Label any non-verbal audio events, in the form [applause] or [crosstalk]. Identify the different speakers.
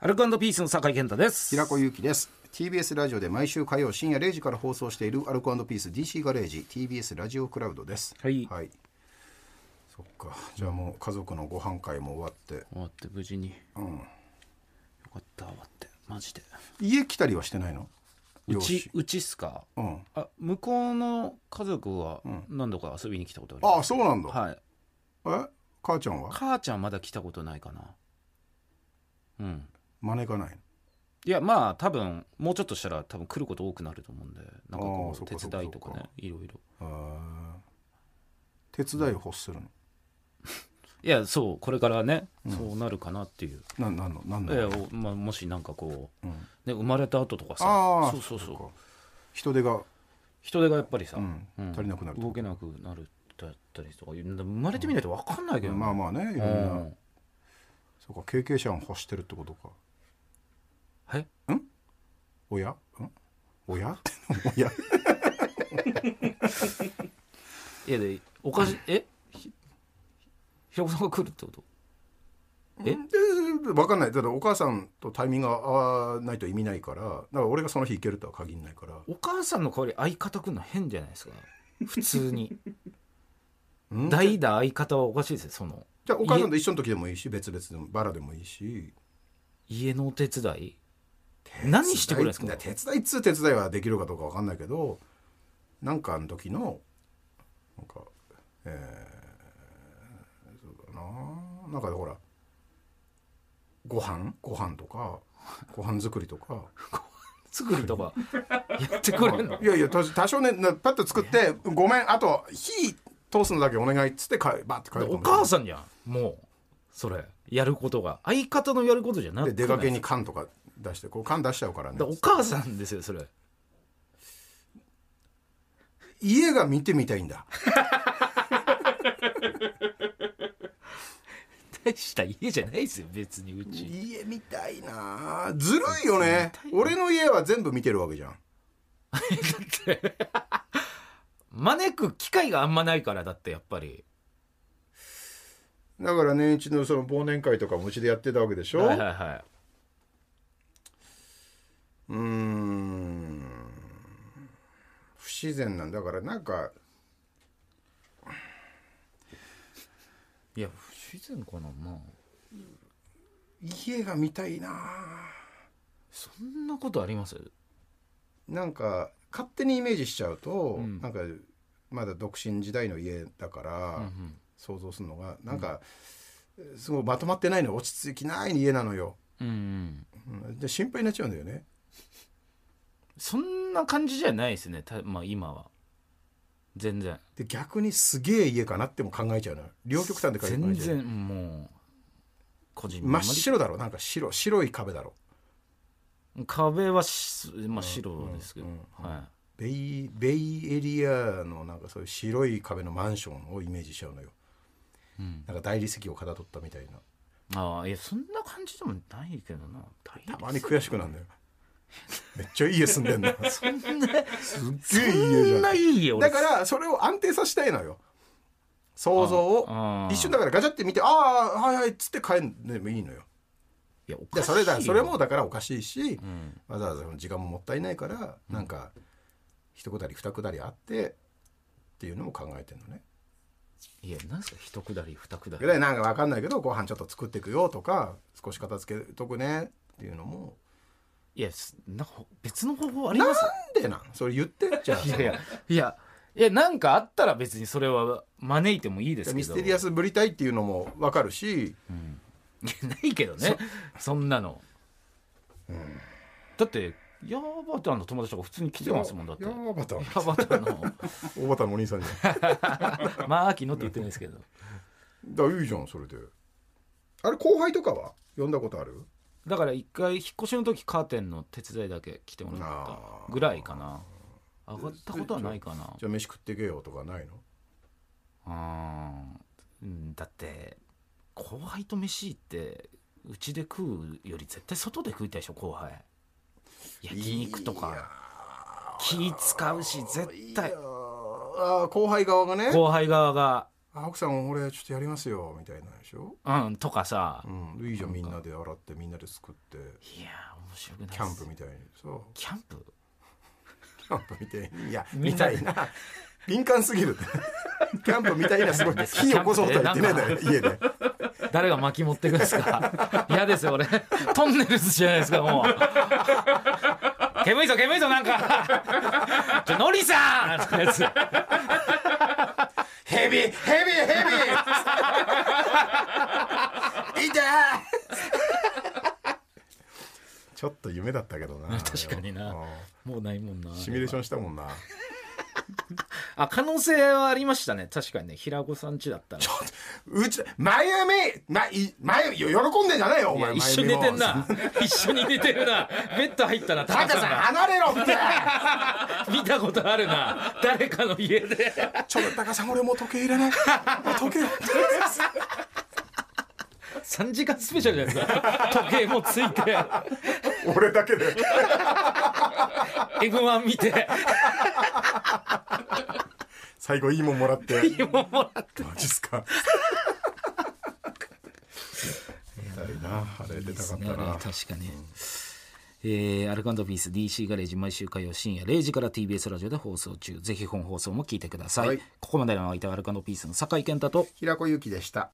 Speaker 1: アルコピースの酒井健太です
Speaker 2: 平子祐希です TBS ラジオで毎週火曜深夜0時から放送しているアルコピース DC ガレージ TBS ラジオクラウドです
Speaker 1: はい
Speaker 2: はい、そっかじゃあもう家族のご飯会も終わって
Speaker 1: 終わって無事によ
Speaker 2: うん
Speaker 1: かった終わってマジで
Speaker 2: 家来たりはしてないの
Speaker 1: う
Speaker 2: 両
Speaker 1: ち
Speaker 2: 親
Speaker 1: うちっすか
Speaker 2: うん
Speaker 1: あ向こうの家族は何度か遊びに来たことあり
Speaker 2: あ
Speaker 1: ま
Speaker 2: あ
Speaker 1: す、
Speaker 2: そうなんだ、
Speaker 1: はい
Speaker 2: え母ちゃんは
Speaker 1: 母ちゃんまだ来たことないかなうん
Speaker 2: 招かない
Speaker 1: いやまあ多分もうちょっとしたら多分来ること多くなると思うんでなんか
Speaker 2: あ
Speaker 1: こ
Speaker 2: ーそうっか
Speaker 1: 手
Speaker 2: そっか
Speaker 1: 伝いとか
Speaker 2: そっ
Speaker 1: ね
Speaker 2: か
Speaker 1: いろいろ
Speaker 2: のへー手伝いを欲するの
Speaker 1: いやそうこれからね、そうなるかなっていう、
Speaker 2: なんなんのなん
Speaker 1: いや
Speaker 2: の、
Speaker 1: おまあ、もしなんかこう、
Speaker 2: うん
Speaker 1: ね、生まれた後とか
Speaker 2: あ
Speaker 1: さ
Speaker 2: あ
Speaker 1: そうそうそう
Speaker 2: っか人手が、
Speaker 1: 人手がやっぱりさ、
Speaker 2: うん
Speaker 1: うん
Speaker 2: 足りなくなる
Speaker 1: 動けなくなるだったりとか生まれてみないと分かんないけど、
Speaker 2: まあまあねいろんな、
Speaker 1: うん
Speaker 2: そうか経験者を欲してるってことか
Speaker 1: はい
Speaker 2: 親ん親 [laughs] って親
Speaker 1: いやでおかしいえひ平子さんが来るってことえ
Speaker 2: 分かんないただお母さんとタイミングが合わないと意味ないからだから俺がその日行けるとは限らないから
Speaker 1: お母さんの代わり相方来るの変じゃないですか普通に
Speaker 2: ん
Speaker 1: 代打相方はおかしいですよその
Speaker 2: じゃあお母さんと一緒の時でもいいし別々でもバラでもいいし
Speaker 1: 家のお手伝い何してくれるんですか
Speaker 2: 手伝い手伝いっつう手伝いはできるかどうか分かんないけどなんかあの時のなんかえー、そうだななんかほらご飯ご飯とかご飯作りとか。
Speaker 1: 作りとかやってくれるの
Speaker 2: いやいや多多少ねなパッと作って「ごめんあと火通すのだけお願い」っつってかバッて帰るか
Speaker 1: お
Speaker 2: もしれない
Speaker 1: 母さんじゃんもうそれやることが相方のやることじゃなく
Speaker 2: で
Speaker 1: て
Speaker 2: 出かけに缶とか出してこう缶出しちゃうからね
Speaker 1: だからお母さんですよそれ
Speaker 2: 家が見てみたいんだ
Speaker 1: 大した家じゃないですよ別にうち
Speaker 2: 家みたいなずるいよね俺の家は全部見てるわけじゃん
Speaker 1: 招く機会があんまないからだってやっぱり
Speaker 2: だから年一のその忘年会とかもうちでやってたわけでしょ、
Speaker 1: はいはいは
Speaker 2: うーん不自然なんだからなんか
Speaker 1: いいや不自然かなまあ
Speaker 2: 家が見たいな
Speaker 1: そんなことあります
Speaker 2: なんか勝手にイメージしちゃうと、
Speaker 1: ん
Speaker 2: なんかまだ独身時代の家だから、想像するのがなんか、すごいまとまってないの落ち着きない家なのよ、
Speaker 1: うんうん
Speaker 2: うんで心配になっちゃうんだよね
Speaker 1: そんな感じじゃないですねたまあ今は全然
Speaker 2: で逆にすげえ家かなっても考えちゃうのよ両極端で考えちゃう
Speaker 1: 全然もう個人
Speaker 2: 真っ白だろなんか白白い壁だろ
Speaker 1: 壁はし、まあ、白ですけど、は
Speaker 2: ベイベイエリアのなんかそういう白い壁のマンションをイメージしちゃうのよ、なんか大理石をかたどったみたいない
Speaker 1: ああいやそんな感じでもないけどな大
Speaker 2: たまに悔しくなるんだよめっちゃいい家住んでんだ
Speaker 1: そんな
Speaker 2: すっげえ [laughs] いい家
Speaker 1: [laughs]
Speaker 2: じ
Speaker 1: そ
Speaker 2: ゃ
Speaker 1: ん
Speaker 2: ん
Speaker 1: ないいよ
Speaker 2: だからそれを安定させたいのよ想像
Speaker 1: あ
Speaker 2: を
Speaker 1: あ
Speaker 2: 一瞬だからガチャって見てああはいはいっつって帰んでもいいのよ
Speaker 1: いやおか
Speaker 2: で
Speaker 1: しい
Speaker 2: それだ
Speaker 1: よ
Speaker 2: それもだからおかしいし
Speaker 1: うん
Speaker 2: わざわざその時間ももったいないからなんか一くだり二くだりあってっていうのも考えてんのね
Speaker 1: いや何すか一くだり二くだり
Speaker 2: ぐらいなんかわかんないけどご飯ちょっと作っていくよとか少し片付けとくねっていうのも
Speaker 1: いやすなんか別の方法あり
Speaker 2: な
Speaker 1: ま
Speaker 2: ん
Speaker 1: す
Speaker 2: でなんそれ言ってんじゃん
Speaker 1: [laughs] いやいやいやいやなんかあったら別にそれは招いてもいいですけど
Speaker 2: ミステリア
Speaker 1: ス
Speaker 2: スぶりたいっていうのもわかるし
Speaker 1: [laughs] ないけどねそんなの、だってヤーバタンの友達とか普通に来てますもんだって
Speaker 2: い
Speaker 1: ヤ
Speaker 2: やーバタン
Speaker 1: ーバタンの [laughs]
Speaker 2: 大バタのお兄さんじゃん
Speaker 1: まあ秋野って言ってるんですけど
Speaker 2: だいいじゃんそれであれ後輩とかは呼んだことある
Speaker 1: だから一回引っ越しの時カーテンの手伝いだけ来てもらったぐらいかな上がったことはないかな
Speaker 2: じゃあ飯食ってけよとかないの
Speaker 1: うんうんだって後輩と飯行ってうちで食うより絶対外で食いたいでしょ後輩焼肉と
Speaker 2: いや
Speaker 1: か気使うし絶
Speaker 2: い
Speaker 1: 対
Speaker 2: やーあー後輩側がね
Speaker 1: 後輩側が
Speaker 2: あ奥さん俺ちょっとやりますよみたいなんでしょ、
Speaker 1: うんとかさ、
Speaker 2: うん、いいじゃんみんなで洗ってみんなで作って
Speaker 1: いやー面白くないっす
Speaker 2: キャンプみたいにさ [laughs]
Speaker 1: キャンプ
Speaker 2: キャンプみたいにいや
Speaker 1: み
Speaker 2: み
Speaker 1: た
Speaker 2: た
Speaker 1: い
Speaker 2: いな敏感すぎる [laughs] キャンプみたいなすごい火起こそうとは言ってないんだよ家で
Speaker 1: 誰が薪持ってくんですか [laughs] 嫌ですよ俺トンネルズじゃないですかもう煙いぞ煙いぞなんか
Speaker 2: [laughs]
Speaker 1: ちょノリさんとかやつ
Speaker 2: ヘビヘビヘビ痛いちょっと夢だったけどな
Speaker 1: 確かになもうないもんな
Speaker 2: うんシミュレーションしたもんな
Speaker 1: あ可能性はありましたね確かにね平子さん家だったら
Speaker 2: うち真由美まい真由美喜んでんじゃないよお
Speaker 1: いや
Speaker 2: 前
Speaker 1: 一緒に寝てんな一緒に寝てるなベッド入ったら
Speaker 2: タカさん離れろって
Speaker 1: 見たことあるな誰かの家で
Speaker 2: ちょっとタカさん俺もう時計いらないもう時 [laughs] 計いらない
Speaker 1: 3時間スペシャルじゃないですか時計もついて
Speaker 2: 俺だけで
Speaker 1: m 1見て
Speaker 2: 最後いいもんもらって
Speaker 1: 今もらって
Speaker 2: マジっ
Speaker 1: [laughs]
Speaker 2: すか痛いな晴れてたかったな
Speaker 1: 確かに、えーアルカンドピース DC ガレージ毎週火曜深夜0時から TBS ラジオで放送中ぜひ本放送も聞いてください、
Speaker 2: はい
Speaker 1: ここまでの相手はアルカンドピースの酒井健太と
Speaker 2: 平子ゆきでした